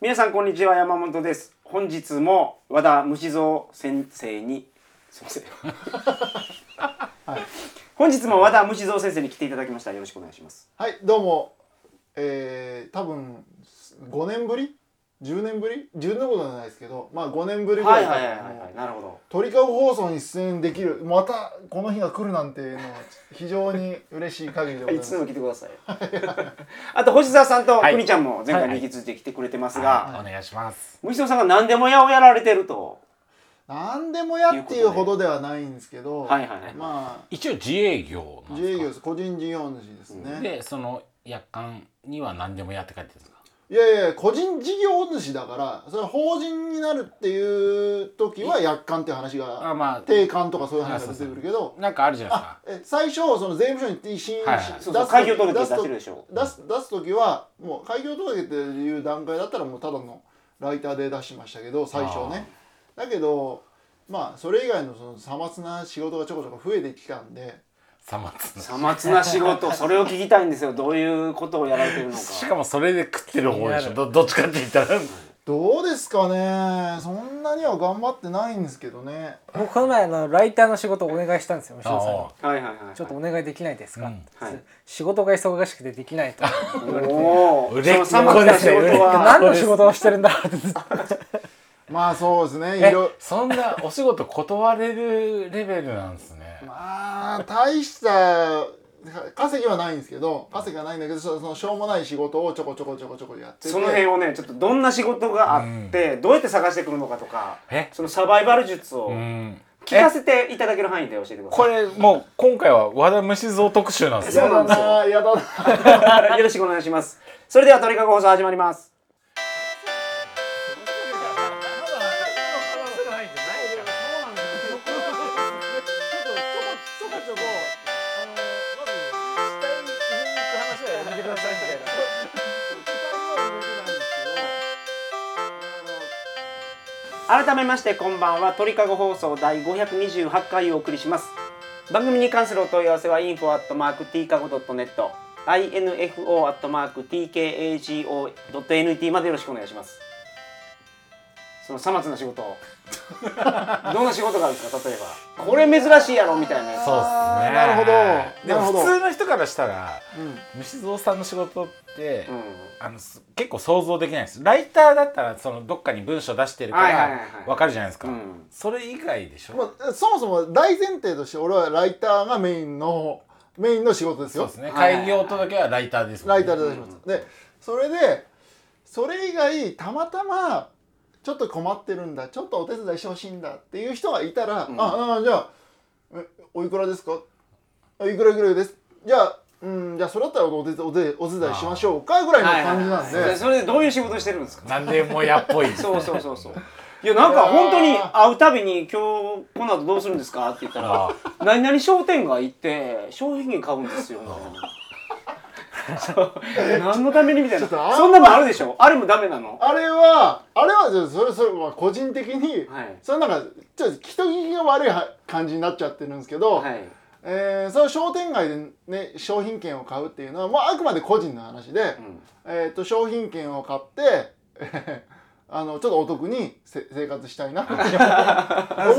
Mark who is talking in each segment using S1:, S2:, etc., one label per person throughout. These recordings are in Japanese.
S1: 皆さんこんにちは山本です本日も和田虫蔵先生にすいません本日も和田虫蔵先生に来ていただきましたよろしくお願いします
S2: はい、どうも。えー、多分5年ぶり10年ぶり10年ことじゃないですけどまあ5年ぶりぐらいあの
S1: なるほど
S2: 鳥かご放送に出演できるまたこの日が来るなんていうのは非常に嬉しい限りでござい
S1: い
S2: ま
S1: つ
S2: す
S1: でも来てくださいあと星沢さんと
S3: はい
S1: 邦ちゃんも前回
S3: は
S1: に
S3: い
S1: 引き続いて来てくれてますが、
S3: お願いします。
S1: 虫蔵さんが何でもやをやられてると
S2: 何でもやっていうほどではないんですけど
S1: はいはいはい
S2: まあ
S3: 一応自営業なん
S2: 自営
S3: ですか
S2: 業です個人事業主ですね、
S3: で、その約款には何でもやって書いてるんですか。
S2: いやいや個人事業主だからそれは法人になるっていう時は約款っていう話
S3: あ、
S2: が
S3: ま
S2: 定款とかそういう話が出てくるけど
S3: あ、なんかあるじゃないですか。
S2: え最初その税務署に提出
S3: はいはい
S1: そうそう開業届出してるでしょ
S2: 出す出す時はもう開業届っていう段階だったらもうただのライターで出しましたけど最初ねだけどまあそれ以外のそのさまつな仕事がちょこちょこ増えてきたんで
S3: さまつな
S1: さまつな仕事それを聞きたいんですよどういうことをやられてるのか
S3: しかもそれで食ってる方でしょ。どどっちかって言ったら。
S2: どうですかねそんなには頑張ってないんですけどね
S4: 僕この前あのライターの仕事をお願いしたんですよ吉田さんに
S3: あ
S1: はいはいはいはい
S4: ちょっとお願いできないですか、
S3: うん
S1: はい
S4: 仕事が忙しくてできないと
S1: おお
S3: 売れっ子
S1: さまつな仕事
S3: 売れっ子
S1: は
S4: 何の仕事をしてるんだってずっと
S2: まあそうですねい
S3: え
S2: ろいろ、
S3: そんなお仕事断れるレベルなんですね。
S2: まあ大した稼ぎはないんですけど稼ぎはないんだけどそそのしょうもない仕事をちょこちょこちょこちょこやってて
S1: その辺をねちょっとどんな仕事があって、どうやって探してくるのかとか
S3: え
S1: そのサバイバル術を
S3: うん。
S1: 聞かせていただける範囲で教えてくだ
S3: こ
S1: さい、
S3: れもう今回は和田虫像特集なんです
S1: そうな
S3: よ。
S1: んですよ
S2: やだなやだな
S1: よろしくお願いしますそれでは鳥かご放送始まります改めましてこんばんは鳥かご放送第528回をお送りします番組に関するお問い合わせは info at mark tkago.net info at mark tkago.net までよろしくお願いしますそのさまつな仕 事をどんな仕事があるんですか例えばこれ珍しいやろみたいなやつ
S3: そうっすね。
S2: なるほど
S3: で
S2: なる
S3: も
S2: ほど
S3: 普通の人からしたら、虫蔵さんの仕事って、
S1: う
S3: あのす結構想像できないですライターだったらそのどっかに文章出してるか
S1: はいはいはい
S3: ら
S1: はい
S3: わかるじゃないですか、
S1: うん
S3: それ以外でしょ、
S2: まあ、そもそも大前提として俺はライターがメインのメインの仕事です
S3: そう
S2: よ
S3: ですね
S1: はい
S3: 開業届はライターですも
S2: ラ
S3: んね
S2: イターで出します、でそれでそれ以外たまたまちょっと困ってるんだちょっとお手伝いしてほしいんだっていう人がいたら「ああじゃあえおいくらですかあいくらぐらいですじゃあうんじゃあそれだったらお手お手お手伝いしましょうか」ぐらい
S1: ん
S2: の感じな
S1: はい
S2: んで、
S1: はいはいそれでどういう仕事してるんですか
S3: 何でもやっぽい
S1: そうそうそうそう。いやなんか本当に会うたびに「今日この後どうするんですか?」って言ったら
S3: あ
S1: 「何々商店街行って商品券買うんですよ」みたいなそう何のためにみたいな
S2: ちょっとあんま
S1: そんなのあるでしょあれもダメなの
S2: あれはあれはそれそれは個人的に、
S1: はい
S2: そのなんかちょっと人聞きが悪いは感じになっちゃってるんですけど、
S1: はい
S2: えーその商店街で、ね、商品券を買うっていうのは、まあ、あくまで個人の話で、えー、と商品券を買って、 えーあのちょっとお得にせ生活し たいなって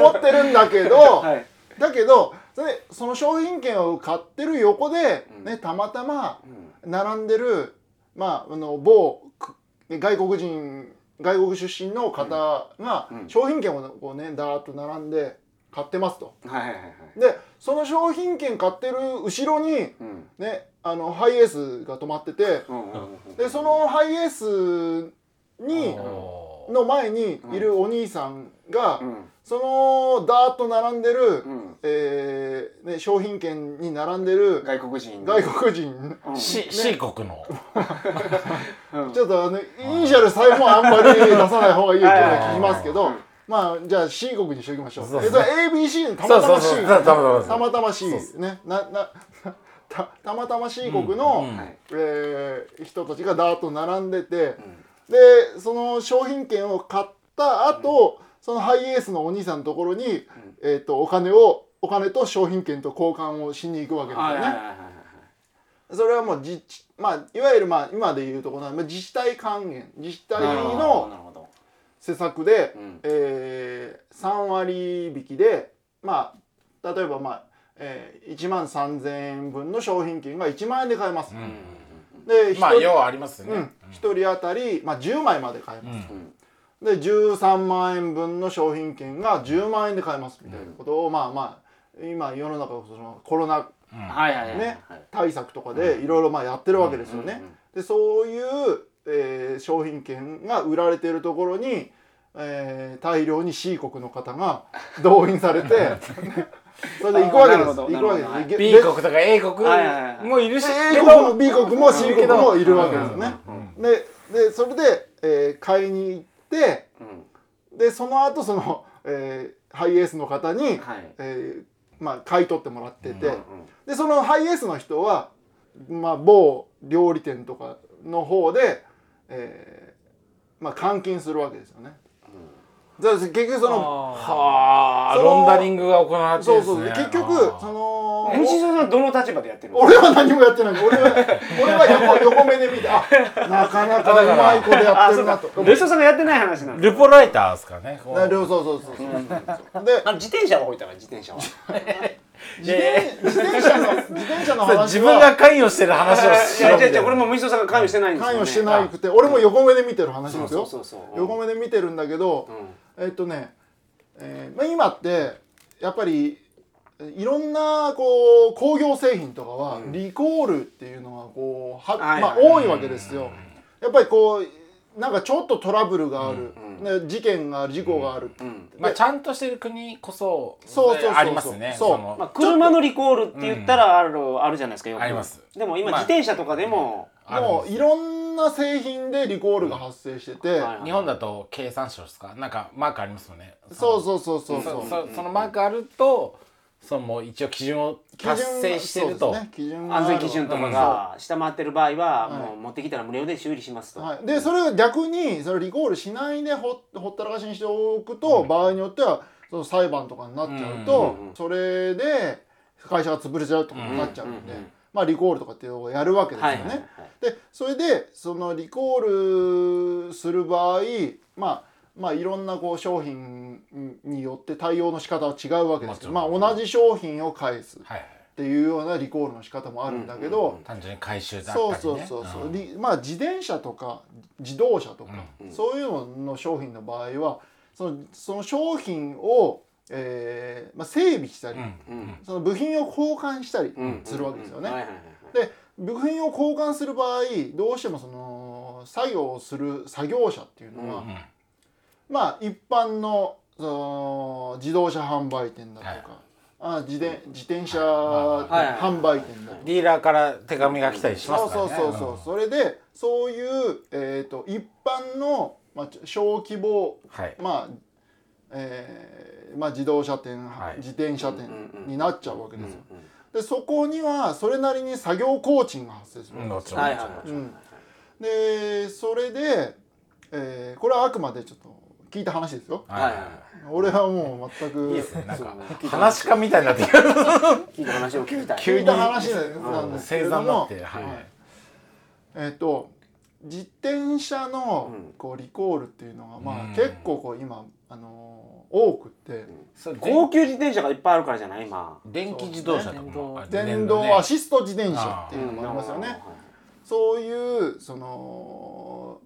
S2: 思ってるんだけど、
S1: はい
S2: だけどそれその商品券を買ってる横で、ね、たまたま並んでる、まあ、あの某く外国人外国出身の方が商品券をこうねだーっと並んで買ってますと。
S1: はいはいはい
S2: でその商品券買ってる後ろに、
S1: うん
S2: ね、あのハイエースが止まってて
S1: うんうんうん
S2: でそのハイエースに
S3: おー
S2: の前にいるお兄さんが、
S1: うん
S2: そのダーッと並んでる、
S1: ん
S2: えーね、商品券に並んでる
S1: 外国人
S2: 外国人、
S3: し C 国の
S2: ちょっとあのイニシャルさえもあんまり出さない方がいいっていうのは聞きますけど、
S1: うん
S2: まあじゃあ C 国にしておきましょう。
S3: そう
S2: え
S3: で
S2: っ
S3: す
S2: と
S3: ね
S2: ABC にた
S3: そ
S2: また
S3: うそ
S2: ま
S3: う
S2: C
S3: そうたまたま
S2: たまたま
S3: です
S2: C
S3: そう
S2: で
S3: っす
S2: すねなな たたまたま C 国の、
S3: うん
S1: はい
S2: えー人たちがダーッと並んでて、
S1: ん
S2: でその商品券を買った後、そのハイエースのお兄さんのところに、えー、とお金をお金と商品券と交換をしに行くわけですよ
S1: はい
S2: ね。
S1: はいはいはいはい
S2: それはもうじ、まあ、いわゆる、まあ、今でいうところの、まあ、自治体還元自治体
S1: なるほどな
S2: の
S1: るほど
S2: 施策で、
S1: うん
S2: えー、3割引きで、まあ、例えば、まあえー、1万3,000円分の商品券が1万円で買えます。
S1: うん
S2: で
S3: まあ
S2: 一人
S3: 要はありますよね、
S2: うん、1人当たり、まあ、10枚まで買えます、
S1: うん
S2: で13万円分の商品券が10万円で買えますみたいなことを、まあまあ今世の中そのコロナ
S1: はいはいはいはい
S2: ね対策とかでいろいろまあやってるわけですよね。でそういう、えー商品券が売られてるところに、えー大量に C 国の 方が動員されて
S1: あーなるほど
S2: それで行くわけです行くわけ
S1: なるほど
S2: です。
S3: B
S2: で
S3: 国とか A
S1: はいはいはい
S3: 国もいるし、
S2: A
S3: で
S2: 国
S3: も
S2: も B 国も C 国もいるわけですね。
S1: うん
S2: ででそれで、えー買いに行って
S1: うん
S2: でその後その、えーハイエースの方に、
S1: はい
S2: えーまあ、買い取ってもらってて、
S1: うん
S2: でそのハイエースの人は、まあ、某料理店とかの方で、えーまあ、監禁するわけですよね。だから結局その
S3: はあ
S2: その
S3: ロンダリングが行われてるん
S2: そう
S3: ですね
S2: そう結局
S3: あー
S2: その
S1: 藤井さんどの立場でやってるの
S2: 俺は何もやってない俺は俺は横横目で見てあなかなかうまいことやっ
S1: あ
S2: て
S1: そう
S2: るな
S1: か
S2: と。
S1: ルシオさんがやってない話なの
S3: ルポライターですからねこう
S2: なそうそうそうそう。で
S1: あの自転車は置いたから自転車は
S2: 自転自転車の自転車の話
S3: それ
S2: は
S3: 自分が関与してる話を
S1: い
S3: しろ
S1: や
S3: み
S1: いや
S3: た
S1: いや
S3: い
S1: これ
S3: な
S1: も藤井さんが関与してないんですよね
S2: 関与してなくて俺も横目で見てる話
S1: そう
S2: です
S1: そう
S2: よ
S1: そうそう
S2: 横目で見てるんだけど
S1: う
S2: えっとね、えーまあ、今ってやっぱりえいろんなこう工業製品とかは
S1: うん
S2: リコールっていうのがこうは、
S1: はい
S2: まあ、
S1: はい
S2: 多いわけですよ。やっぱりこうなんかちょっとトラブルがある、
S1: うん
S2: ね事件がある事故がある、
S1: んうん
S3: まあちゃんとしてる国こそ
S2: そうそうそうそう
S3: ありますね
S2: そう
S3: の
S1: まあ、車のリコールって言ったらある,、あるじゃないですかよく
S3: あります
S1: でも今
S3: まあ
S1: 自転車とかでも、
S3: あるん
S2: も
S3: です
S2: ういろんな製品でリコールが発生してて、
S1: はい
S3: 日本だと経産省ですかなんかマークありますもんね
S2: そう
S3: そ
S2: そうそうそううそう
S3: そそそのマークあるとそのもう一応基準を達成してる
S2: そ
S3: と、
S2: うですね基準があ
S1: 安
S2: る
S1: 全基準とかが下回ってる場合は、
S2: うん
S1: もう持ってきたら無料で修理しますと、
S2: はい、でそれを逆にそれリコールしないでほほったらかしにしておくと、場合によってはその裁判とかになっちゃうと、
S1: うんうんうん
S2: それで会社が潰れちゃうとかになっちゃうんで、
S1: うんうんうん
S2: まあ、リコールとかっていうのをやるわけですよ
S1: はい
S2: ね。
S1: はいはい
S2: でそれでそのリコールする場合、まあまあ、いろんなこう商品によって対応の仕方は違うわけですけど、ま
S3: も
S2: あ、
S3: ちろん
S2: 同じ商品を返すっ
S3: はいはい、
S2: ていうようなリコールの仕方もあるんだけど。
S3: 単純に回収だったり
S2: そう
S3: ね
S2: そうそうそう、
S3: ん
S2: りまあ自転車とか自動車とか、
S1: んうん
S2: そういうのの商品の場合はそのその商品を、えーまあ、整備したり、
S3: うん
S1: うん
S2: その部品を交換したり
S1: うん
S2: するわけですよね。
S1: はいはいはい
S2: で部品を交換する場合どうしてもその作業をする作業者っていうのは、
S1: うん
S2: まあ一般のその自動車販売店だとか、あ自転自転車
S1: はいはい
S2: 販売店だとか。
S3: ディーラーから手紙が来たりしますか
S2: そ
S3: ら
S2: う
S3: ね
S2: そうそうそう、それでそういう、えー、と一般の、まあ、ちょ小規模、
S3: はい
S2: まあえーまあ、自動車店、
S3: はい
S2: 自転車店になっちゃうわけですよ。
S1: うんうん
S2: でそこにはそれなりに作業工賃が発生する
S3: うん
S2: わ
S3: も
S2: け
S3: ちろん
S1: はい
S3: もちろん
S1: はいはい
S2: うんです、でそれで、えーこれはあくまでちょっと聞いた話ですよ。
S1: はいはいはい
S2: 俺はもう全く
S3: いいですねなんか
S1: そう
S3: 話し家みたいになってきた
S1: 聞いた話を聞きたい
S2: 聞いた話なんですけれど
S3: 正座
S2: も、
S3: になってはい、
S2: えっと自転車の
S1: うん
S2: こうリコールっていうのがまあ
S3: うん
S2: 結構こう今あのー多くって
S3: そう
S1: 高級自転車がいっぱいあるからじゃない今
S3: 電気自動車とかもある
S2: 電動アシスト自転車っていうのもありますよ
S1: うん
S2: ね。そういうその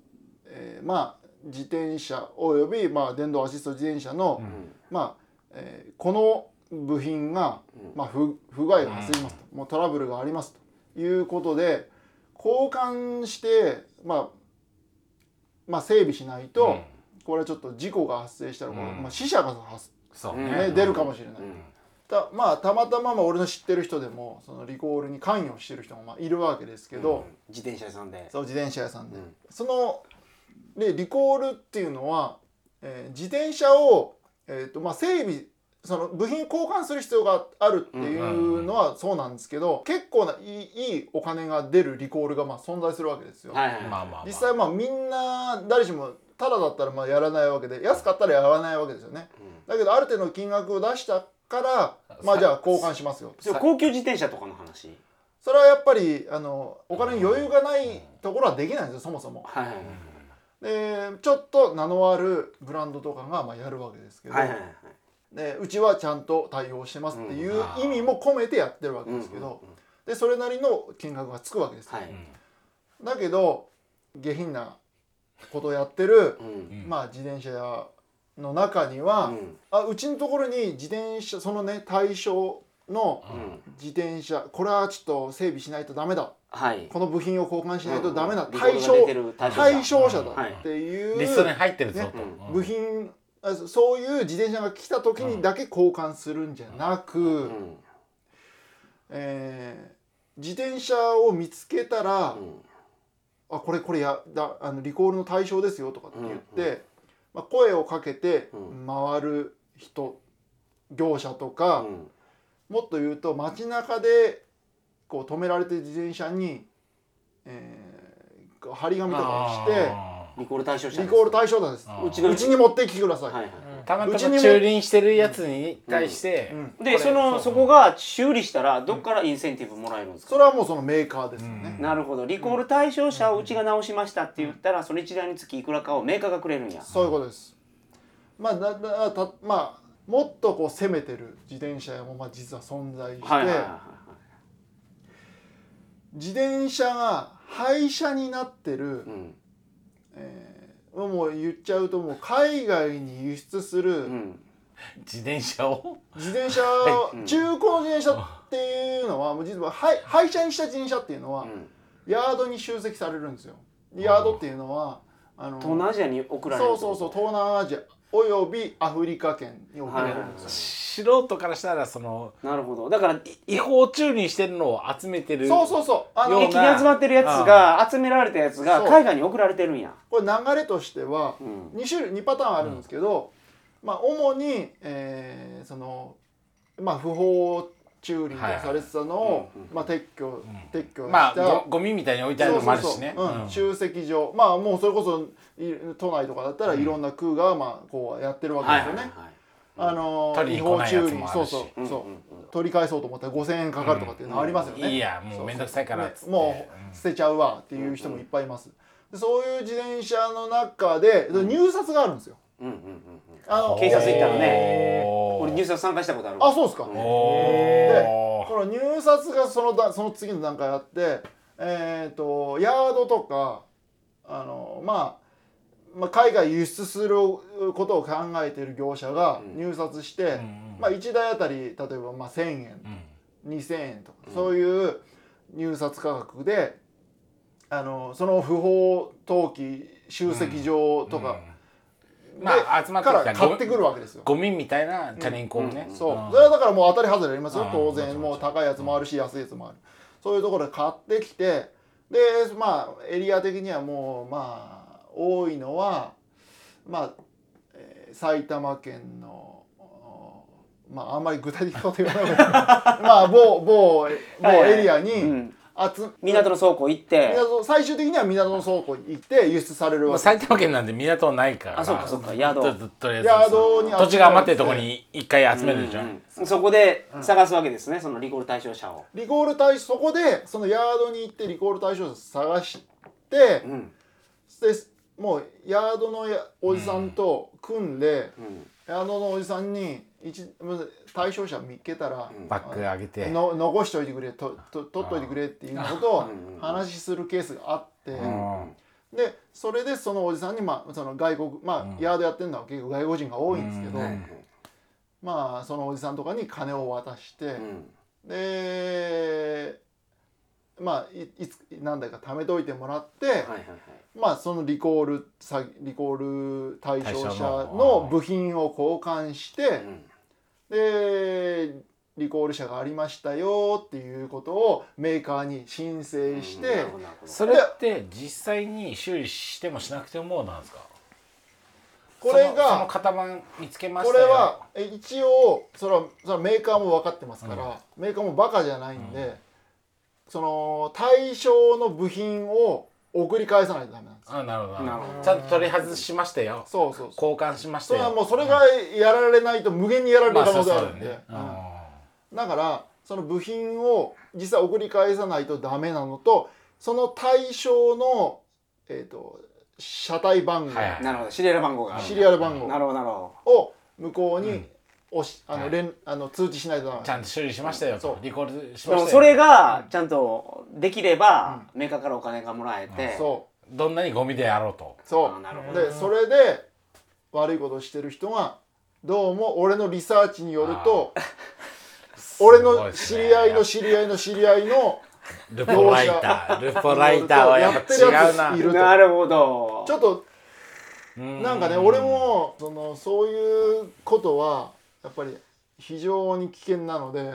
S2: えーまあ自転車およびまあ電動アシスト自転車のまあえーこの部品が
S1: うん
S2: まあ不不具合が発生しますともうトラブルがありますということで交換してまあまあ整備しないと、
S3: うん
S2: これはちょっと事故が発生したら、これ
S3: うん
S2: まあ、死者が発
S3: そう
S1: うん
S2: ね、
S3: ね
S2: 出るかもしれない、
S1: うん
S2: たまあ、たまたままあ俺の知ってる人でもそのリコールに関与してる人もまあいるわけですけど、
S1: うん自転車屋さんで
S2: そう自転車屋さんで、
S1: うん
S2: そのでリコールっていうのは、えー自転車を、えーとまあ、整備その部品交換する必要があるっていうのはそうなんですけど、結構ないいいいお金が出るリコールがまあ存在するわけですよ。
S1: はいはい
S3: まあまあ
S2: 実際まあみんな誰しもただだったらまあやらないわけで安かったらやらないわけですよねだけどある程度の金額を出したからまあじゃあ交換しますよ
S1: それ高級自転車とかの話
S2: それはやっぱりあのお金に余裕がないところはできないんですよそもそも。
S1: はいはい
S2: でちょっと名のあるブランドとかがまあやるわけですけど、
S1: はいはいはい
S2: でうちはちゃんと対応してますっていう意味も込めてやってるわけですけど、でそれなりの金額がつくわけですよ、
S1: はい
S2: だけど下品なことをやってる
S1: う、ん
S2: まあ、自転車の中には、
S1: うん
S2: あうちのところに自転車そのね対象の
S1: うん
S2: 自転車これはちょっと整備しないとダメだ
S1: はい
S2: この部品を交換しないとダメだ、
S1: うん
S2: 対
S1: リコードが出
S2: 象
S1: てる対象者
S2: 対象者だっていう、
S3: リストに入ってるぞと、
S1: ね
S3: うん
S2: 部品あそそういう自転車が来た時にだけ交換するんじゃなく、
S1: うん
S2: えー自転車を見つけたら、あこれこれやだあのリコールの対象ですよとかって言って、まあ、声をかけて
S1: うん
S2: 回る人、業者と
S1: う
S2: か、
S1: ん
S2: もっと言うと街中でこう止められてる自転車に、えーこう張り紙とかをして
S3: あ
S1: リコール対象者
S2: リコール
S1: 象
S2: 対象です
S3: あ
S1: うち
S2: う
S1: が
S2: ちに持ってきてください、
S1: はいは
S3: ーたまたま駐輪してるやつに対して、
S2: うん、
S1: いでそのそこが修理したらどっからインセンティブもらえるんです
S2: そ
S1: か
S2: れはもうそのメーカーですよね、
S1: なるほどリコール対象者をうちが直しましたって言ったらそれ一台につきいくらかをメーカーがくれるんや
S2: そういうことですまあだだたまあもっとこう攻めてる自転車もまあ実は存在して、
S1: はいはいはいは
S2: 自転車が廃車になってる、
S1: いうん
S2: もう言っちゃうともう海外に輸出す
S1: う
S2: る
S1: ん
S3: 自転車を
S2: 自転車、中古の自転車っていうのはもう実は廃廃車にした自転車っていうのは、
S1: ん
S2: ヤードに集積されるんですよヤードっていうのはあの
S1: 東南アジアに送られる
S2: そうそうそう東南アジアおよびアフリカ圏に送られるんですよ、
S3: 素人からしたらその
S1: なるほどだから
S3: 違法駐輪してるのを集めてる
S2: そうそうそうあの
S3: よ
S1: 駅に集まってるやつが集められたやつが
S2: そう
S1: 海外に送られてるんや
S2: これ流れとしては
S1: ん
S2: 2種類2パターンあるんですけど、まあ主に、えーそのまあ不法駐輪とされてたのを、まあ、撤去撤去
S3: ま
S2: した、
S3: あごゴミみたいに置いてあるのもあるしね
S2: そうそうそううん集積場まあもうそれこそい都内とかだったらいろんな区がまあこうやってるわけですよね、あの
S3: 取り
S2: 違
S3: に来
S2: 法
S3: ないや
S2: 駐
S3: つも
S2: 輪
S3: あるし
S2: そうそうそう、取り返そうと思ったら5,000円かかるとかっていうのありますよね、
S3: いいやもうめんどくさいからっつって、
S2: ねもう捨てちゃうわっていう人もいっぱいいます、でそういう自転車の中で入札があるんですよ、
S1: うんうんうんうん
S2: あの
S1: 警察行ったらね俺
S3: 俺
S1: ニュース参加したことある
S2: あそうですか、で
S3: お
S2: この入札がそのだその次の段階あってえっ、とヤードとかあの、まあ、まあ海外輸出することを考えている業者が入札して、まあ、1台あたり例えばまあ1,000円
S3: ー
S2: 2,000円とか、そういう入札価格であのその不法投棄集積場とか、
S3: まあ集まって
S2: か
S3: き
S2: ら
S3: た
S2: 買ってくるわけですよ。
S3: ゴミみたいなチャリンコをね、
S2: そう、
S3: ん
S2: それはだからもう当たり外れありますよ
S3: あー
S2: 当
S3: もちろ
S2: 然
S3: ん
S2: もう高いやつもあるし安いやつもあるそういうところで買ってきてでまあエリア的にはもうまあ多いのはまあ、えー埼玉県のおまああんまり具体的なこと言わない 方がいいまあ某某某
S1: はいはい
S2: エリアに
S1: うん
S2: 集め
S1: 港の倉庫行って
S2: 港最終的には港の倉庫に行って輸出される
S3: まあ
S2: わけ
S3: 埼玉県なんで港ないから
S1: あそうかそうか宿
S3: とととりあえず
S2: 宿に集められて
S3: 土地が余ってるとこに一回集めるじゃん、
S1: うんそこで探すわけですねそのリコール対象者を
S2: リコール対象そこでそのヤードに行ってリコール対象者探して、
S1: うん
S2: でもうヤードのやおじさんと組んで、ヤードのおじさんに一対象者見っけたら、
S3: バッグ上げて
S2: の残しといてくれとと取っといてくれっていうことを話しするケースがあって、でそれでそのおじさんに、まあ、その外国まあ、ヤードやってるのは結構外国人が多いんですけど、まあそのおじさんとかに金を渡して。
S1: うん
S2: でまあいいつ何台か貯めといてもらって、
S1: はいはいはい
S2: まあそのリコール詐リコール対象
S3: 対
S2: 者
S3: 象
S2: の
S3: の
S2: 部品を交換して、でリコール車がありましたよっていうことをメーカーに申請して、
S1: なるほどなるほど
S3: それって実際に修理してもしなくてもなんですか
S2: これ
S3: そのその
S2: が
S3: 型番見つけまし
S2: こ
S3: た
S2: れ
S3: よ
S2: はえ一応それはそれはメーカーも分かってますから、メーカーもバカじゃないんで、その対象の部品を送り返さないとダメなんですよ
S3: あなるほど
S1: なる
S3: なる
S1: ほ
S3: ほ
S1: ど
S3: どちゃんと取り外しましたよ
S2: そうそうそう
S3: 交換しまし
S2: そ
S3: た
S2: れ
S3: よ
S2: はもうそれがやられないと無限にやられる
S3: まあ
S2: 可
S3: そ
S2: 能
S3: う
S2: 性
S3: そ
S2: あるん
S3: うだよ
S2: で
S3: ね、うん
S2: うんだからその部品を実際送り返さないとダメなのとその対象の、えー、と車体番号、
S3: はいはい
S1: なるほどシリアル番号がある
S2: シリアル番号
S1: なるほどなるほ
S2: を向こうに、
S3: うん
S2: 押しあ
S3: は
S2: の
S3: い
S2: 連あの通知しないとダメ
S3: ちゃんと処理しましたよ
S2: そ
S3: と
S2: う
S3: リコールし
S1: どで
S3: ま
S1: も
S3: した
S1: そ
S3: よ
S1: れがちゃんとできればメーカーからお金がもらえて
S2: そ
S3: どんなにゴミであろうと
S2: うそ
S1: あーなるほ
S2: う
S1: ど
S2: でそれで悪いことしてる人がどうも俺のリサーチによると 俺の知り合いの
S3: す
S2: 知り合いの知り合いの
S3: ごいですねルポライタールポライターはやっぱ違う
S2: やってるやつい
S3: な
S2: ると
S1: なるほど
S2: ちょっとなんかね俺もそのそういうことはやっぱり非常に危険なので、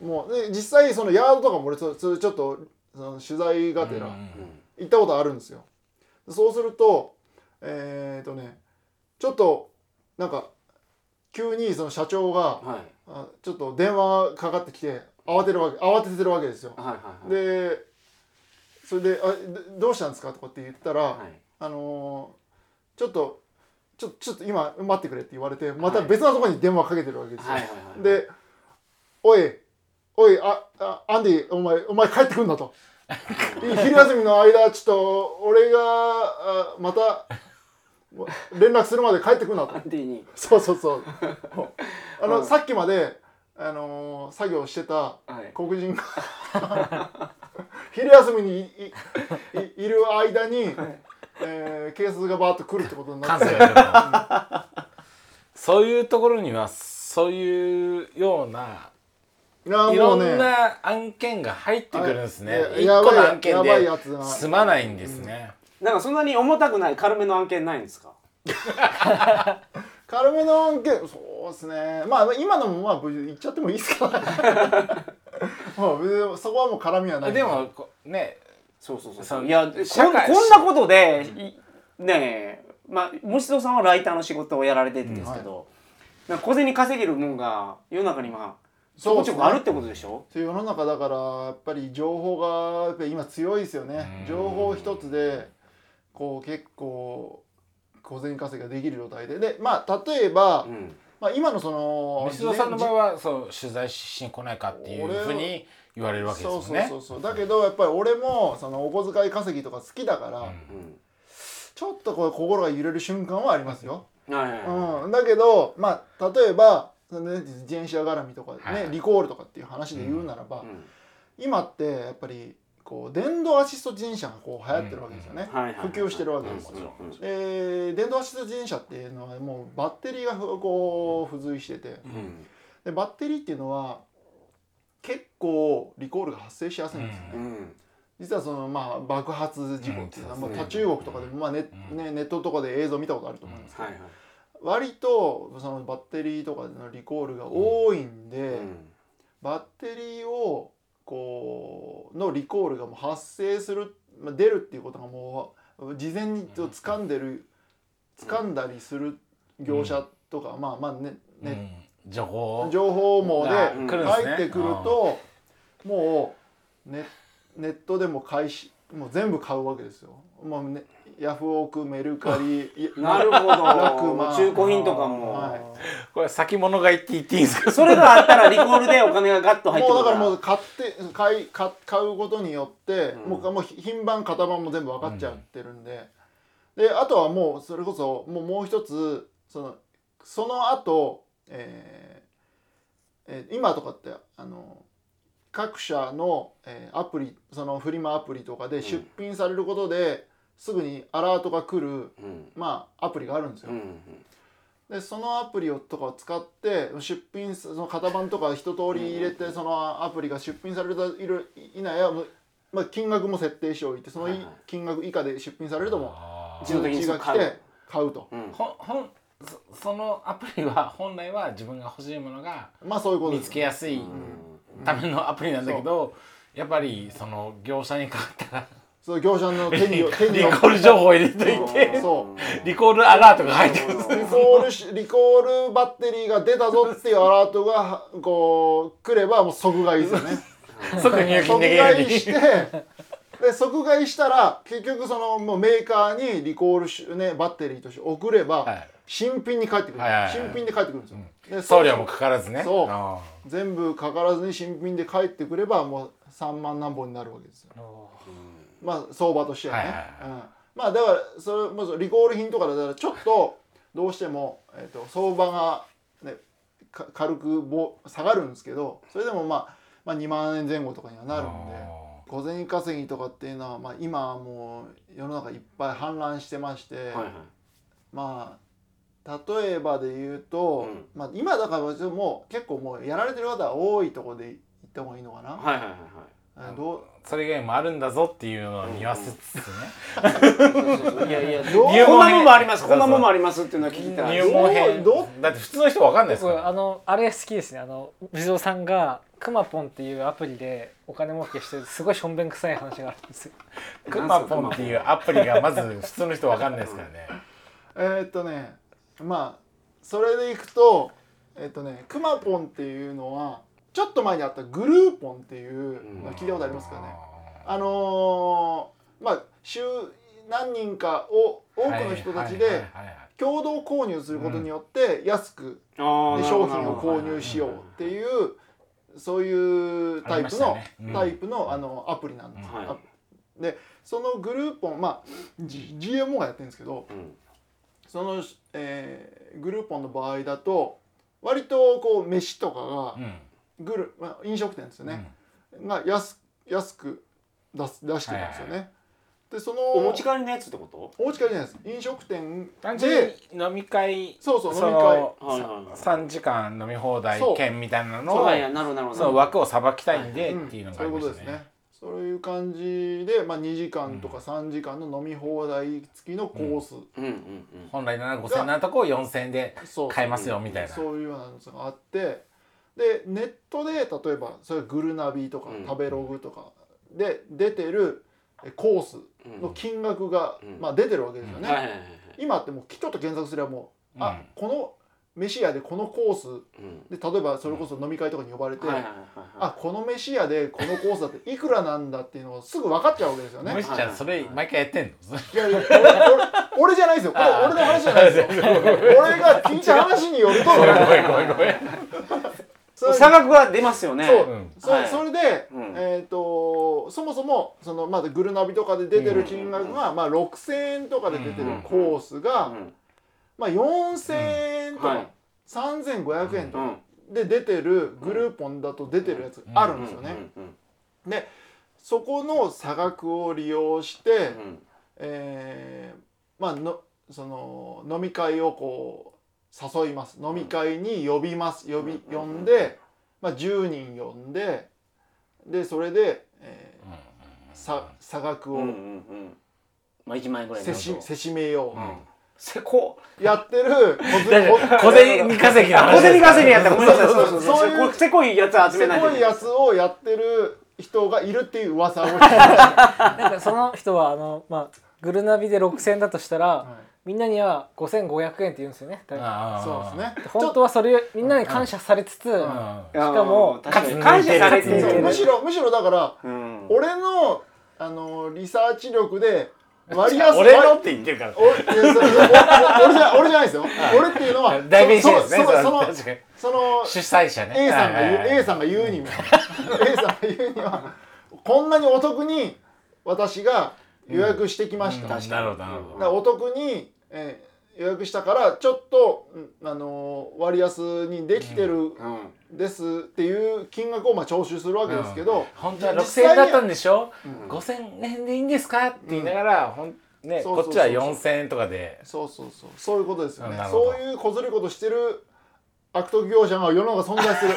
S2: もうで実際そのヤードとかも俺そそれちょっとその取材がてら行ったことあるんですよ。そうするとえっ、とねちょっとなんか急にその社長が
S1: はい
S2: あちょっと電話がかかってきて慌てるわけ慌ててるわけですよ。
S1: はいはいはい
S2: でそれであ「どどうしたんですか?」とかって言ったら。
S1: はい
S2: あのーちょっとちょちょっと今待ってくれって言われてまた別のところに電話かけてるわけですよ。
S1: はいはいはい
S2: で「おいおいああアンディお前お前帰ってくん だ」と「昼休みの間ちょっと俺があまたもう連絡するまで帰ってくんな」と
S1: アン。ディに
S2: そうそうそう。あの、
S1: うん
S2: さっきまであのー作業してた
S1: はい
S2: 黒人が 昼休みにいいいいる間に、えー警察がバーッと来るってことにな
S3: 関
S2: って
S3: 西だけどそういうところにはそういうようない
S2: やも
S3: いろ
S2: うんね
S3: な案件が入ってくるんですね
S2: はい
S3: 一
S2: や
S3: 個の
S2: やばい
S3: 案件
S2: やばい
S3: で
S2: やつだ
S3: 済まないんですね
S1: なんかそんなに重たくない軽めの案件ないんですか
S2: 軽めの案件そうですねまあ今のもまあ無事言っちゃってもいいですかもう別にそこはもう絡みはない
S3: でもこね
S1: そうそうそう
S3: その
S1: いやこん
S3: 社
S1: こんな
S3: 会
S1: ことで、いねえまあ虫戸さんはライターの仕事をやられてるんですけど、なんか小銭稼げるもんが世の中にまあちょこちょこあるってことでしょ
S2: 世の中だからやっぱり情報がやっぱり今強いですよね
S3: うん
S2: 情報一つでこう結構小銭稼ぎができる状態ででまあ例えば、
S1: うん
S2: まあ、今のその
S3: 西野さんの場合はそう取材しに来ないかっていうふうに言われるわけです
S2: そう
S3: もん
S2: そう
S3: ね
S2: そうそうだけどやっぱり俺もそのお小遣い稼ぎとか好きだから、ちょっとこう心が揺れる瞬間はありますよ、
S1: うんはいはいは
S2: うん、だけどまあ例えば、そのね、自転車絡みとかね、
S3: はい
S2: リコールとかっていう話で言うなら
S1: い
S2: ば、
S1: うん
S2: 今ってやっぱりこう電動アシスト自転車がこう流行ってるわけですよね、
S1: はいはいはい
S2: 普及してるわけですよ、
S1: うんうん
S2: で電動アシスト自転車っていうのはもうバッテリーがふこう付随してて
S1: うん
S2: でバッテリーっていうのは結構リコールが発生しやすいんですよね、
S1: うん
S2: 実はそのまあ爆発事故っていうのは
S3: うん
S2: もう
S1: そう
S2: 他
S1: です
S2: 中国とかでもまあね
S3: うん
S2: ねネットとかで映像見たことあると思いますけ
S1: は
S2: ど
S1: いはい
S2: 割とそのバッテリーとかのリコールが多いんで
S1: う
S2: バッテリーをこうのリコールがもう発生するまあ出るっていうことがもう事前にと掴んでる掴んだりする業者とかまあまあね
S3: う
S2: ね
S3: ん情報
S2: 情報網で
S3: が来るんですね
S2: 入ってくるともうネネットでも買いしもう全部買うわけですよ。もうね、ヤフオクメルカリ
S1: んなるほ
S2: 楽
S1: ど
S2: まあ
S1: 中古品とかも、
S2: はい
S3: これ先物買いって言っていいんですか
S1: それがあったらリコールでお金がガッと入ってく
S2: も
S1: る
S2: うだからもう買って買い買買うことによって、
S1: うん
S2: もうもう品番型番も全部分かっちゃってるんで、であとはもうそれこそもうもう一つそのその後、えーえー今とかってあの各社の、えーアプリそのフリマアプリとかで出品されることで、すぐにアラートが来る
S1: うん
S2: まあアプリがあるんですよ。
S1: うんうん
S2: でそのアプリをとかを使って出品すその型番とか一通り入れてそのアプリが出品されるといるいないはもうまあ、金額も設定しておいてそのい
S1: はいはい
S2: 金額以下で出品されるとも
S3: あー
S1: 自動的に
S2: 通知が来
S1: 買う
S2: て買うと
S1: うん
S3: ほんほんそそのアプリは本来は自分が欲しいものが
S2: まあそういうこと
S3: 見
S2: で
S3: つ
S2: す
S3: けやすいためのアプリなんだけど、やっぱりその業者にかかったら
S2: その業者の手に
S3: リ
S2: よ
S3: コ
S2: 手によ
S3: ール情報入れといて
S2: そ
S3: リコールアラートが入ってくるんです ね
S2: リコールしリコールバッテリーが出たぞっていうアラートがこう来ればもう即買いですよね
S3: 即入金
S2: 即
S3: できるよう
S2: 買い
S3: に
S2: してでで即買いしたら結局そのもうメーカーにリコールし、ね、バッテリーとして送れば、
S3: はい
S2: 新品に返ってくる、
S3: はいはいはい
S2: 新品で返ってくるんですよ、で
S3: 送料もかからずね
S2: そう
S3: あ
S2: 全部かからずに新品で返ってくればもう3万何本になるわけですよまあ相場としてはね、
S3: はいはい
S2: うん、まあだからそれもそうリコール品とかだからちょっとどうしても、えっと相場が、ね、か軽くぼ下がるんですけどそれでも、まあ、まあ2万円前後とかにはなるんで
S3: あ
S2: 小銭稼ぎとかっていうのは、まあ、今はもう世の中いっぱい氾濫してまして、
S1: はいはい
S2: まあ例えばで言うと、
S1: うん
S2: まあ、今だからちょっともう結構もうやられてる方は多いところで行った方がいいのかな、
S1: はいはいはい
S2: あどう
S3: それ以外もあるんだぞっていうのを見わせつつね、
S1: いやいや、
S2: どう
S3: 入
S1: こん
S3: 門
S1: なも
S3: 編
S1: んもあります、こんなもんも
S3: そ
S1: ありますっていうのは聞いた
S3: 入門編
S2: ど
S3: だって普通の人わかんないですか
S4: 僕
S3: ら
S4: あのあれ好きですねあの藤蔵さんがくまポンっていうアプリでお金儲けしてるすごいしょんべんくさい話があるんですよ
S3: クマポンっていうアプリがまず普通の人わかんないですからね
S2: えーっとねまあそれでいくとえーっとねくまポンっていうのはちょっと前にあったグルーポンっていうの聞いたことありますかね、あのーまあ週何人かを多くの人たち
S3: はい
S2: で
S3: はいはいはい
S2: 共同購入することによって安く
S1: あー
S2: で
S1: なるほ
S2: 商
S1: ど
S2: 品を購入しようっていうそういうタイプの、
S3: ありましたねうん
S2: タイプのあのアプリなんです、
S1: はい
S2: あでそのグルーポンまあ G- GMO がやってるんですけど
S1: うん
S2: その、えーグルーポンの場合だと割とこう飯とか
S3: うん
S2: がグル、まあ、飲食店ですよね、が安安く出す出してるんですよね。
S3: は
S2: でその
S1: お持ち帰りのやつってこと
S2: お持ち帰りじゃないです飲食店
S3: 単純
S2: で
S3: に飲み会
S2: そうそう飲み会
S3: その
S1: はいはいはい
S3: 3時間飲み放題
S2: そう
S3: 券みたいなの
S1: そ
S3: を
S1: うなんやなるほどなるほど
S3: その枠をさばきたいんで
S2: う
S3: っ
S2: ん
S3: ていうのが
S2: そ
S3: あ
S2: うい
S3: り
S2: うこ
S3: ま
S2: とで
S3: し
S2: す
S3: た
S2: ね
S3: ね。
S2: そういう感じで、まあ、2時間とか3時間の飲み放題付きのコース、
S1: うんうんうん
S3: 本来なら5000円なとこを4000円で
S2: そう
S3: 買えますよみたいな
S2: そういうようなのがあってでネットで例えばそれグルナビとか
S1: うん
S2: 食べログとかで出てるえコースの金額が、
S1: うん
S2: まあ、出てるわけですよね、
S1: はいはいはいはい
S2: 今ってもうちょっと検索すればもう、
S3: う
S2: あ
S3: ん
S2: この飯屋でこのコース
S1: うん
S2: で例えばそれこそ飲み会とかに呼ばれて、
S1: はいはいはいはい
S2: あこの飯屋でこのコースだっていくらなんだっていうのをすぐ分かっちゃうわけですよね。
S3: むしちゃんそれ毎回やってんの
S2: いやいや、俺、 俺、俺じゃないですよ。これ、俺の話じゃない ですよ。俺が聞いた話によると。
S3: ごめんごめんごめんごめん
S2: それ
S1: 差額は出ますよね
S2: そう
S3: うん
S2: そ
S1: はい
S2: それで、
S1: うん
S2: えっ、と、そもそも、その、まだグルナビとかで出てる金額が、まあ、六千円とかで出てるコースが。
S1: うん
S2: まあ、四千円と
S1: はい
S2: か、三千五百円と
S1: う
S2: か
S1: ん
S2: で出てるグルーポンだと出てるやつがあるんですよね。
S1: うんうん
S2: で、そこの差額を利用して。
S1: うんうん
S2: えーまあのその飲み会をこう誘います飲み会に呼びます呼び
S1: うん
S2: 呼んで、まあ、10人呼んででそれで、えーさ差額
S1: うんうん
S2: を
S1: うんまあ1万円ぐらい
S2: せ
S1: の
S2: し,、せしめよう、
S1: うんせこ
S2: やっ てる小銭
S3: 小銭稼ぎの
S1: あ
S3: 話
S1: 小銭稼ぎやったごめんなさい
S2: そ
S1: そうう
S2: そ
S1: そうう
S2: そういう
S1: そうせこいやつ集め
S2: す
S1: ない
S2: ごい
S1: で
S2: やつをやってる人がいるっていう噂を聞 いた、
S4: なんかその人はあのまあグルナビで6000円だとしたら、
S2: は
S4: みんなには5500円って言うんですよね大体
S2: い、そう
S3: そ
S2: ですね
S4: で本当はそれをみんなに感謝されつつ、
S1: しか
S4: も
S1: 感謝され
S4: う
S1: て
S4: ん
S2: そう
S1: る
S2: むしろむしろだから
S1: うん
S2: 俺のあのリサーチ力で割安
S3: 俺のって言ってるから
S2: おいやそれそれおお俺じゃ俺じゃない ですよ。俺っていうのは
S3: 代弁してるんですね
S2: そのその
S3: その確かに
S2: そ の
S3: 主催者ね
S2: A さんが
S3: はいはい
S2: 言
S3: は
S2: う
S3: い
S2: A さんが言うには A さんが言うにはこんなにお得に私が予約してきました。
S3: うんなるほどなる
S2: だ
S3: ほ
S2: から
S3: ど
S2: お得に、えー予約したからちょっと、うんあのー割安にできて
S1: う
S2: る
S1: ん
S2: ですっていう金額をまあ徴収するわけですけど、
S3: 本当は
S2: 実際
S3: 6000
S2: に
S3: 円だったんでしょ5000円でいいんですかって言いながらほんね
S2: そうそうそう
S3: こっちは4000円とかで
S2: そうそうそうそういうことですよね
S3: うんなるほ
S2: そ
S3: ど
S2: ういう小ずるいことしてる悪徳業者が世の中存在 する。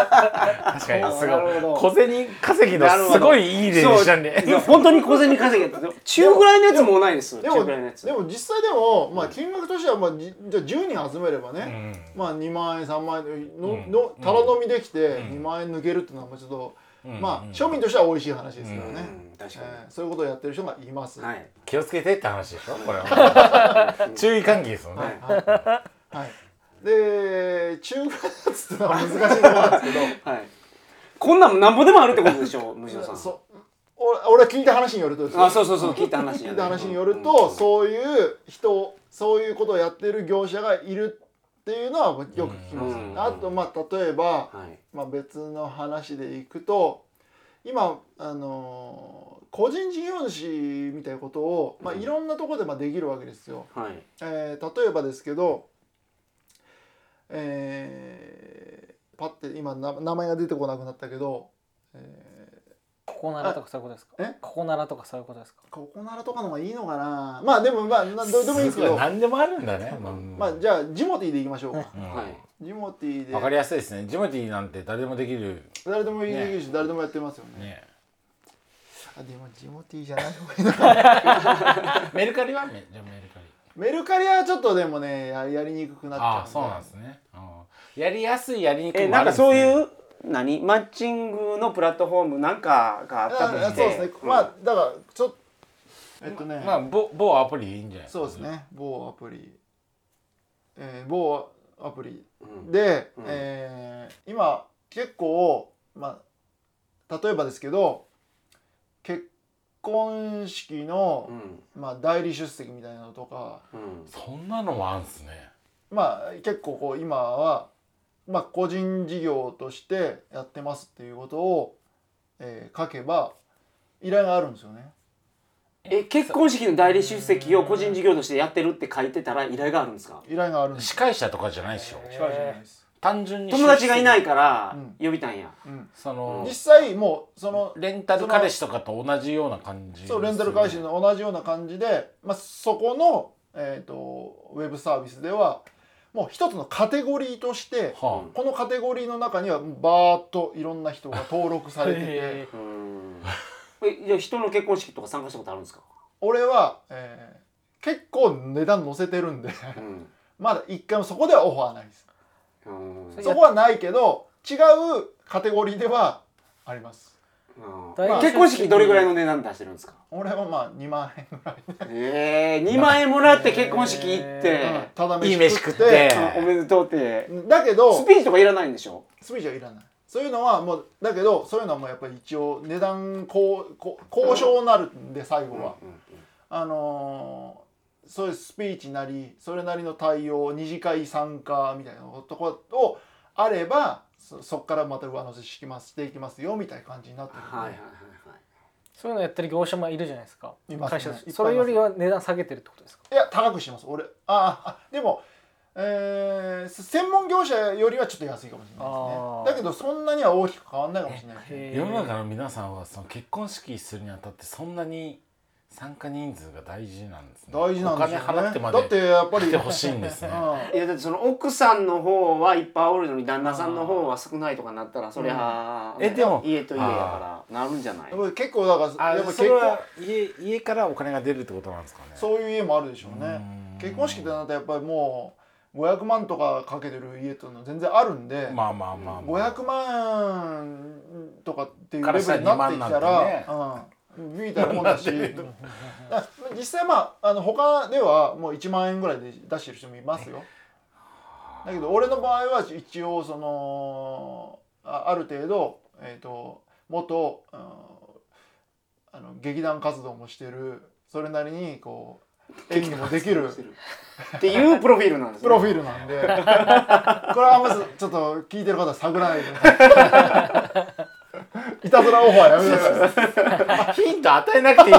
S3: 確かにす
S1: なるほど
S3: ごい小銭稼ぎのすごいいい例でしたね
S1: そう本当に小銭稼ぎやった 中ぐらいのやつもないです
S2: で
S1: 中
S2: も
S1: ぐらいのやつ
S2: でも実際でも、まあ、金額としては、まあ、じじゃあ10人集めればね、まあ、2万円3万円の,、
S3: うん
S2: のたら飲みできて
S3: うん
S2: 2万円抜けるっていうのはまあちょっと、
S3: うん
S2: まあ
S3: うん
S2: 庶民としては美味しい話ですけどね、
S1: うん確か
S2: えーそういうことをやってる人がいます。
S1: にはい
S3: 気をつけてって話でしょこれは注意喚起ですもん
S1: は
S3: ね
S1: い
S2: はいはい、で中華やつって のは難しいところなんですけど
S1: はいこんなんもなんぼでもあるってことでしょむしろさん
S2: そお俺は聞いた話によるとですよ
S1: あそうそうそう聞いた話
S2: 聞
S1: やね
S2: いた話による
S1: うんうん
S2: と、そういう人そういうことをやってる業者がいるっていうのはよく聞きます、
S1: うん
S2: あとまあ例えば、
S1: はい
S2: まあ、別の話でいくと今あのー個人事業主みたいなことを、まあ、
S1: うん
S2: いろんなところでまあできるわけですよ。
S1: はい
S2: えー例えばですけど、えーパッて今な名前が出てこなくなったけど、え
S4: ここならとかそういうことですか
S2: え
S4: ここならとかそういうことですか
S2: ーここならとかの方がいいのかなまあでもまあなどうでもいいですけ
S3: ご
S2: ど
S3: 何でもあるんだね。
S2: まあじゃあジモティーでいきましょうか。
S3: うん
S1: はい
S2: ジモティーで
S3: わかりやすいですね。ジモティーなんて誰でもできる
S2: 誰でもいいし、誰でもやってますよね。
S3: ね。
S2: あでもジモティーじゃない 方がいいな。
S3: メルカリはめじゃあメルカリ。
S2: メルカリはちょっとでもねややりにくくなっちゃ
S3: あ
S2: う
S3: あそうなんですね。うんやりやすいやりにく
S1: え
S3: い
S1: なんかそう
S3: う。
S1: いう何マッチングのプラットフォームなんかがあったと
S2: あ
S1: し
S2: あ
S1: て
S2: そうですね、まあだからちょっえっとね、
S3: まあ某某アプリでいいんじゃない。
S2: そうです。ね某アプリ、えー、某アプリ
S1: うん
S2: で、
S1: うん
S2: えー今結構まあ例えばですけど結婚式の
S1: う、ん
S2: まあ、代理出席みたいなのとか
S1: うん
S3: そんなのもあるんですね。
S2: まあ結構こう今は、まあ、個人事業としてやってますっていうことを、えー書けば依頼があるんですよね。
S1: え結婚式の代理出席を個人事業としてやってるって書いてたら依頼があるんですか
S2: 依頼があるんです。
S3: 司会者とかじゃないでし ょ。
S4: 司会者じゃない
S2: です。
S3: 単純に
S1: 友達がいないから
S2: うん
S1: 呼びたんや、
S2: うん、
S3: その
S2: 実際もうその
S3: レンタル彼氏とかと同じような感じです
S2: そ
S3: よ
S2: う
S3: ね。
S2: レンタル回収の同じような感じで、まあ、そこの、えー、とウェブサービスではもう一つのカテゴリーとして
S3: は
S2: このカテゴリーの中にはもうバーッといろんな人が登録され てて
S1: うん えじゃあ人の結婚式とか参加したことあるんですか、
S2: 俺は、えー結構値段乗せてるんで
S1: うん
S2: まだ一回もそこではオファーないです
S1: うん
S4: それ
S2: そこはないけど違うカテゴリーではあります
S1: うん結婚式どれぐらいの値段出してるんですか
S2: 俺はまあ2万円ぐらい、
S1: ええ2万円もらって結婚式行って、
S2: うんただ
S3: いい飯
S2: 飯食
S3: 食
S2: っ
S3: ってて。
S1: うんおめでとうって
S2: だけど
S1: スピーチとかいらないんでしょ
S2: スピーチはいらないそういうのはもうだけどそういうのはもうやっぱり一応値段こうこう交渉になるんで最後は、あのーそういうスピーチなりそれなりの対応二次会参加みたいなとこをあればそそこからまた上乗せしてきますしていきますよみたいな感じになってるんで、
S1: はいはいはい
S4: そういうのやってる業者もいるじゃないですか
S2: いますね
S4: 会社
S2: いっぱいいます
S4: それよりは値段下げてるってことですか
S2: いや高くしてます俺あああでもえー専門業者よりはちょっと安いかもしれない
S4: あー
S2: ですねだけどそんなには大きく変わんないかもしれないですね
S4: へー
S3: 世の中の皆さんはその結婚式するにあたってそんなに参加人数が大事なんですね
S2: 大事なんですよね
S3: お金払ってま
S2: だって
S3: で
S2: やっぱり
S3: 来てほしいん ですね
S2: うん
S1: いやだってその奥さんの方はいっぱいおるのに旦那さんの方は少ないとかなったらそりゃ、
S3: うんえでも
S1: 家と家やからなるんじゃない
S2: やっぱり結構だから
S3: あ
S2: や
S3: で
S2: っぱ結
S3: もそれ
S2: 婚
S3: は家家からお金が出るってことなんですかね
S2: そういう家もあるでしょうね
S3: うん
S2: 結婚式ってなるとやっぱりもう500万とかかけてる家というのは全然あるんで、
S3: まあまあまあ、まあ、
S2: 500万とかっていうレ
S3: 彼
S2: ベ
S3: 氏は
S2: ルになってきた
S3: 2万なんて
S2: ら、うん、みたいなもんだしだから 実際まああの他ではもう1万円ぐらいで出してる人もいますよだけど俺の場合は一応そのあある程度、えー、と元、うんあの劇団活動もしてるそれなりにこう演技もできる
S1: っていうプロフィールなんです
S2: プロフ
S1: ィ
S2: ィールなんで これはまずちょっと聞いてる方は探らないでくだ さいいたずらオファーやめなさい
S3: ヒント与えなくていいの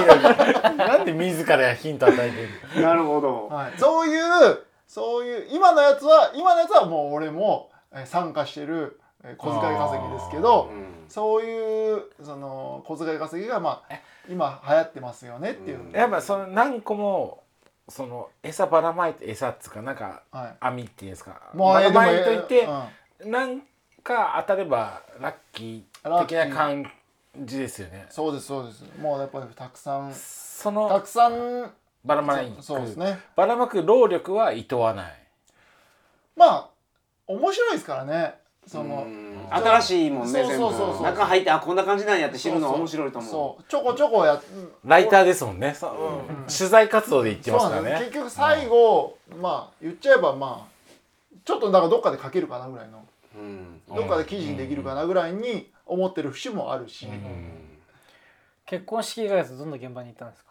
S3: に なんで自らヒント与えてる
S1: ールなるほど
S2: はい、そういうそういう今のやつは今のやつはもう俺もえー参加してるえー小遣い稼ぎですけど
S1: う
S2: そういうその小遣い稼ぎがまあ今流行ってますよねっていう、
S1: うん
S3: やっぱその何個もその餌ばらまいて餌っつうかなんか
S2: は
S3: 網っていうんですか
S2: い、もう
S3: ば
S2: え
S3: ら
S2: ーでも
S3: まいといて、
S2: えー
S3: なんか当たればラッキー的な感じですよね
S2: うん、そうですそうですもうやっぱりたくさん
S3: そ
S2: た
S3: の
S2: くさん
S3: ばらまいく
S2: そうですね
S3: ばらまく労力はいとわない
S2: まあ面白いですからねその、
S1: ん新しいもんね
S2: そう
S1: 全
S2: そう
S1: 部
S2: そうそう
S1: 中入ってあこんな感じなんやって知るのは面白いと思う
S2: そうちょこちょこやっ
S3: ライターですもんね、そう取材活動で行ってますか
S2: そうなん
S3: ら
S2: です結
S3: ね
S2: 局最後、まあ言っちゃえばまあちょっとなんかどっかで書けるかなぐらいの
S1: うん
S2: どっかで記事にできるかなぐらいに思ってる節もあるし、
S3: うん
S4: 結婚式以外だとどんな現場に行ったんですか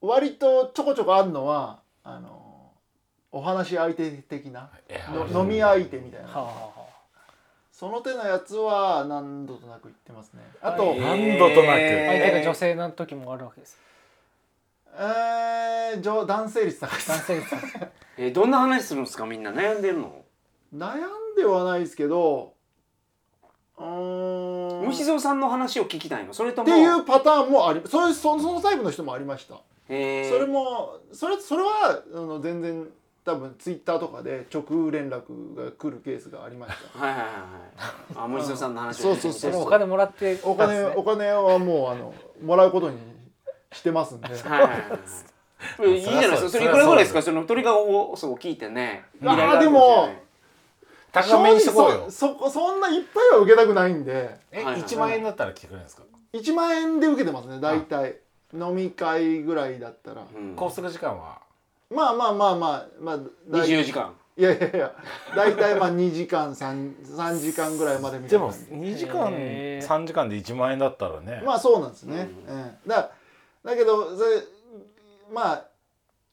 S2: 割とちょこちょこあるのはあのお話し相手的な、の飲み相手みたいな、
S4: はあ、はあは
S2: その手のやつは何度となく言ってますねあと、
S4: は
S2: え
S4: い
S3: 何度となく
S4: あ、
S1: えー
S4: 相手が女性な時もあるわけです
S2: ーじょ男性率高いです
S4: 男性ですから
S1: えーどんな話するんですかみんな悩んでるの
S2: 悩んではないですけどうーん
S1: 虫蔵さんの話を聞きたいのそれと
S2: っ
S1: も
S2: ていうパターンもありそれそそのタイプの人もありました、
S1: えー
S2: それもそれそれはあの全然多分ツイッターとかで直連絡が来るケースがありまし
S1: はいはいはいはいあ森下さんの話を聞いて
S2: そう
S1: み
S2: そ
S1: たい
S2: うそ
S4: そうれお金もらって
S2: たお
S4: たんです
S2: 金
S4: ね
S2: お金はもうあのもらうことにしてますんで
S1: はいはいはいはいいいじゃないですかそれいくらぐらいですかその鳥が放送を聞いてね
S2: うわー
S1: 依頼があるかしれない
S2: でも
S3: 高めにしとこうよ
S2: 正直そそこそんないっぱいは受けたくないんで
S3: え
S1: はいはい
S3: 1万円だったら来てくれるんですか
S2: 1万円で受けてますね大体飲み会ぐらいだったら、
S1: うん
S3: 拘束時間は
S2: まあまあまあまあまあ大
S1: 24時間
S2: いやいやいや大体まあ2時間 3, 3時間ぐらいまでみた
S3: で
S2: いな
S3: も
S2: 感じ
S3: 2時間
S4: へー
S3: 3時間で1万円だったらね
S2: まあそうなんですね。うん、だだけどそれまあ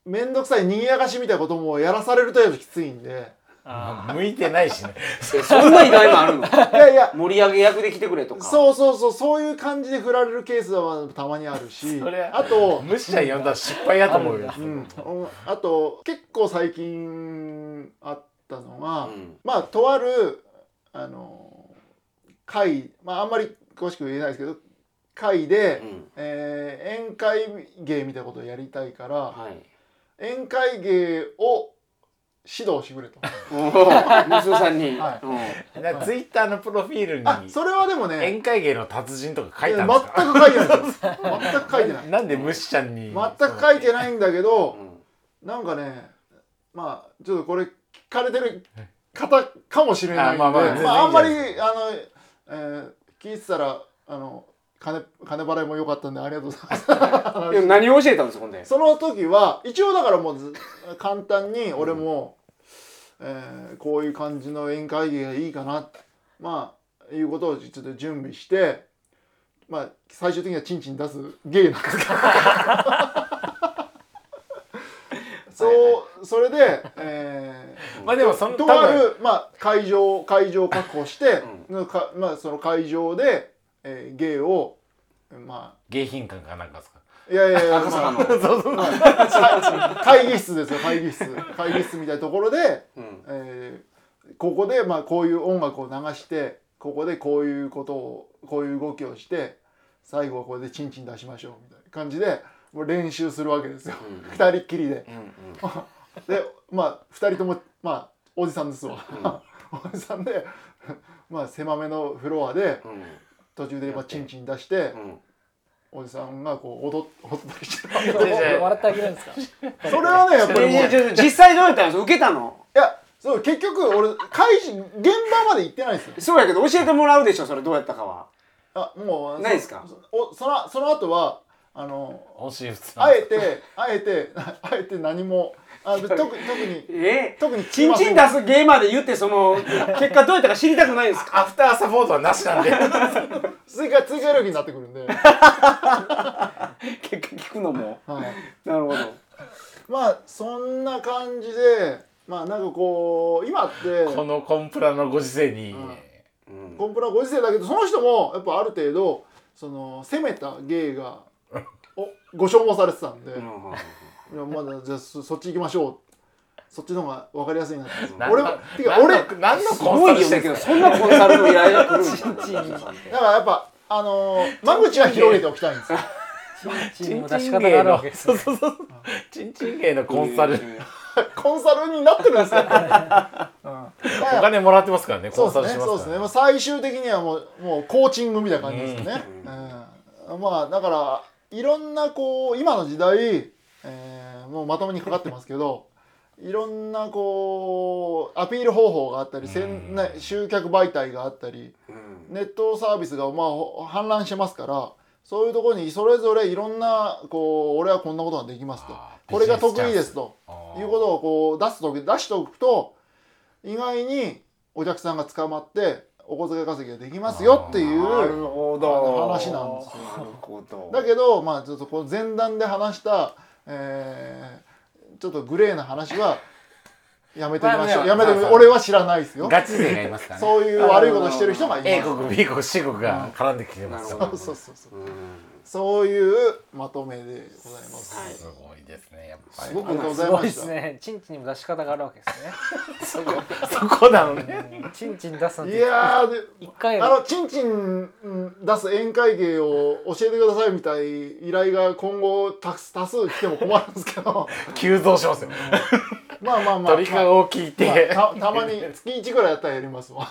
S2: 面倒くさい賑やかしみたいなこともやらされるとやっぱきついん で。
S4: あ
S3: 向いてないしね
S1: えそんな依頼もあるの
S2: いやいや
S1: 盛り上げ役で来てくれとか
S2: そうそうそうそういう感じで振られるケースはたまにあるし
S3: そりゃ
S2: あと、
S3: 無視ちゃん呼んだら失敗やと思うよ
S2: うん、おあと結構最近あったのが、
S1: うん
S2: まあとあるあの会、まあ、あんまり詳しく言えないですけど会で、
S1: うん
S2: えー宴会芸みたいなことをやりたいから、
S1: はい
S2: 宴会芸を指導してくれと
S1: おー森下さんに
S2: はい
S1: うん
S3: ツイッターのプロフィール
S2: あ
S3: に
S2: それはでもね
S3: 宴会芸の達人とか書い
S2: い
S3: た
S2: や
S3: んですか
S2: 全く書いてないですよ全く書いてない
S3: なんで無視ちゃん
S2: 全
S3: に
S2: く書いてないんだけど
S1: うん
S2: なんかねまあちょっとこれ聞かれてる方かもしれないんで
S3: あまあまあ全然いい
S2: まああんまり
S3: じゃない
S2: あの、えー聞いてたらあの金金払いも良かったんでありがとうございます
S1: でも何を教えたんですかほんで
S2: その時は一応だからもうず簡単に俺も、えーこういう感じの宴会議がいいかなまあいうことをちょっと準備してまあ最終的にはチンチン出す芸な んですけどそう、
S1: はい
S2: それで、えー
S3: まあでもその多
S2: とあ
S3: 分
S2: る、まあ、会場会場を確保して、かまあ、その会場で、えー芸をま
S3: 迎賓館かなんかですか
S2: あいやいやいや、
S1: 赤
S2: ま
S1: 坂
S2: あ
S1: の
S2: 会議室ですよ会議室会議室みたいなところで、
S1: うん
S2: えーここでまあこういう音楽を流してここでこういうことをこういう動きをして最後はここでチンチン出しましょうみたいな感じでもう練習するわけですよ、
S1: うん
S2: 二人っきりで
S1: うんうん
S2: でまあ二人ともまあおじさんですわ、おじさんでまあ狭めのフロアで
S1: うん
S2: 途中でまあチンチン出して
S1: うん
S2: おじさんがこう踊っ踊ったりして
S4: ー笑ってあげるんですか
S2: それはねやっぱりもう
S1: えーじゃあ実際どうやったんですか受けたの
S2: いやそう結局俺会議現場まで行ってないんですよ
S1: そうやけど教えてもらうでしょそれどうやったかは
S2: あもう
S1: ないですか
S2: そおそのその後はあの
S3: 音信不通
S2: あえてあえてあえて何もあ特特に
S1: え
S2: 特に
S1: チンチン出す芸まで言ってその結果どうやったか知りたくないですか
S3: アフターサポートはな しなんで
S2: 追加追加料金になってくるんで、はい、
S1: 結果聞くのもなるほど
S2: まあそんな感じでまあなんかこう今って
S3: このコンプラのご時世に、
S1: うん
S2: コンプラご時世だけどその人もやっぱある程度その攻めた芸がおご消耗されてたんで、
S1: うんうんうん
S2: いやまだじゃあそそっち行きましょうそっちの方が分かりやすいなって
S3: なん
S2: 俺もてか俺だか
S3: 何の
S1: す
S3: コ
S1: ごい
S3: ンサル
S1: よ
S3: して
S1: ね
S3: ん
S1: けど
S3: すか
S1: そんなコンサルの依頼が来るんですよ
S2: らやっぱあのー、間口は広げておきたいんですよ
S4: チンチンの出し方があるわけです、
S3: そ
S4: ね
S3: う、そうそうチンチン芸のコンサル
S2: コンサルになってるんですよ、うん、だか
S3: お
S2: ら
S3: 金もらってますからね
S2: そ
S3: コ
S2: う
S3: ンサル
S2: で
S3: し
S2: すね
S3: ま
S2: そう
S3: す
S2: ですね
S3: から
S2: も
S3: ね
S2: う最終的にはもうもうコーチングみたいな感じですね、
S1: う
S2: うんんまあだからいろんなこう今の時代、えーもうまとめにかかってますけど いろんなこうアピール方法があったり、せんね集客媒体があったり、
S1: うん
S2: ネットサービスがまあほ氾濫してますからそういうところにそれぞれいろんなこう俺はこんなことができますと
S3: あー
S2: これが得
S3: ビ
S2: 意
S3: ジ
S2: で
S3: ネス
S2: すと
S3: あー
S2: いうことをこう出すと出しておくと意外にお客さんが捕まってお小遣い稼ぎができますよっていう
S1: なるほど
S2: 話なんです
S1: よなるほど
S2: だけど、まあ、ちょっとこの前段で話した、えーちょっとグレーな話はやめてみましょう。
S3: ま
S2: や
S3: あま
S2: め
S3: あ
S2: てみ、俺は知らないですよ。
S3: ガチ勢がいますからね
S2: そういう悪いことしてる人がいます。
S3: A 国 B 国 C 国が絡んできてます
S1: なる
S3: よ
S1: ほ
S2: そうそうそうそう。
S1: うん
S2: そういうまとめでございます。
S1: はい
S3: すごいですねやっぱ
S2: す
S3: り
S2: ごくありがとうござ
S4: す
S2: い
S4: ご
S2: ま
S4: い
S2: した。
S4: ですね。チンチンにも出し方があるわけですね。
S3: そこそこなのね
S4: うんチンチン出すのっ
S2: い
S4: て
S2: やーで
S4: 一回
S2: あのチンチン出す宴会芸を教えてくださいみたい依頼が今後多数多数来ても困るんですけ ど
S3: 急増しますよ
S2: まあまあまあ
S3: 鳥かごを聞いて
S2: まあたたまに月1ぐらいやったらやりますわ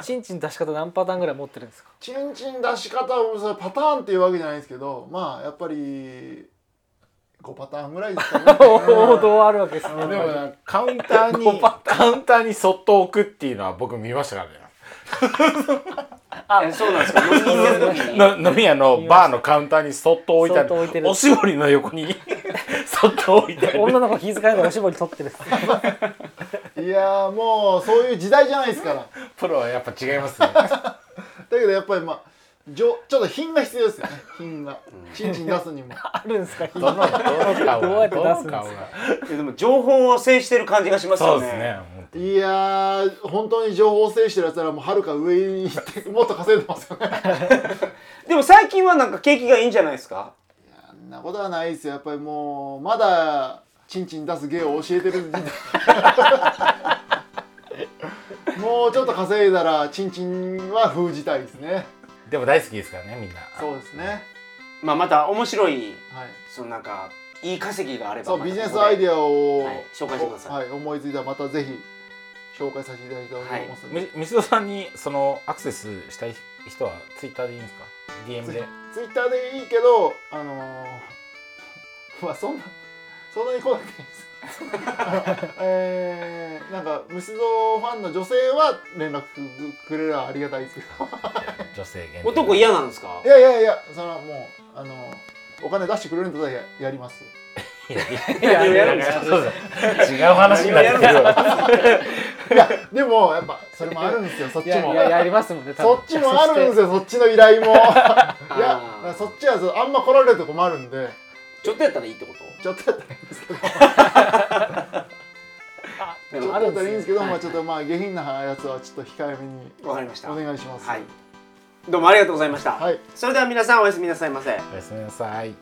S4: チンチン出し方何パターンぐらい持ってるんですか。
S2: チンチン出し方をそれパターンっていうわけじゃないんですけどまあやっぱり5パターンぐらいですかね
S4: 王道あるわけですね。
S3: でもなカウンターに カウンターにそっと置くっていうのは僕見ましたからね
S1: えそうなんです か飲みに行ってる時に
S3: の飲み屋のバーのカウンターにそっと置いてあ
S4: そっと置いて
S3: る
S4: る
S3: おしぼりの横にそっと置いてある
S4: 女の子気遣いながらおしぼり取ってる。
S2: いやーもうそういう時代じゃないですから
S3: プロはやっぱ違いますね
S2: だけどやっぱりまあじょちょっと品が必要ですよね品がチンチン出すにも
S4: あるんですか。
S3: どのどの顔
S4: どう
S3: が
S4: やって
S3: ど
S4: 出す
S3: の
S4: んです
S3: 顔
S4: か
S3: が
S1: いやでも情報を制してる感じがします
S3: そ
S1: よ
S3: う
S1: ね
S3: ですね
S2: いやー本当に情報を制してるやつらはもうはるか上に行ってもっと稼いでますよね
S1: でも最近はなんか景気がいいんじゃないですか
S2: あんなことはないですよやっぱりもうまだチンチン出す芸を教えてる時代もうちょっと稼いだらチンチンは封じたいですね
S3: でも大好きですからねみんな
S2: そうですね
S1: まあまた面白い
S2: はい
S1: そのなんかいい稼ぎがあれば
S2: そう
S1: また
S2: ビ
S1: こ
S2: ジ
S1: こで
S2: ネスアイデアを、
S1: はい紹介してください
S2: はい、思いついたらまたぜひ紹介させていただきたいと思いますので、
S3: みみすどさんにそのアクセスしたい人はツイッターでいいんですか DM で
S2: ツイッターでいいけどあのー、 まあそんなそんなに来なくていいです えー、なんか虫蔵ファンの女性は連絡くれればありがたいですけど
S3: 女性限定
S1: 男嫌なんですか
S2: いやいやいやそのもうあのーお金出してくれるんだったらややります
S3: いやい
S1: や
S3: や
S1: い
S3: い
S1: や
S3: やいやそうそう違う話になってくるわ
S2: いやでもやっぱそれもあるんですよそっ
S4: い
S2: ち
S4: や
S2: も
S4: いややりますもんね。多
S2: そ
S4: 分
S2: っちもあるんですよそっちの依頼も い
S1: あ
S2: や
S1: ー
S2: そっちはそうあんま来られると困るんで
S1: ちょっとやったらいいってこと
S2: ちょっとやったらいいんですけどちょっと
S4: あ
S2: だ
S4: る
S2: っ
S4: ん
S2: た
S4: です
S2: らいいんですけど、まあちょっ
S1: と
S2: とまあ下品なやつはちょっと控えめに
S1: わかりました
S2: お願いします。
S1: はいどうもありがとうございました
S2: はい。
S1: それでは皆さんおやすみなさいませ
S3: おやすみなさい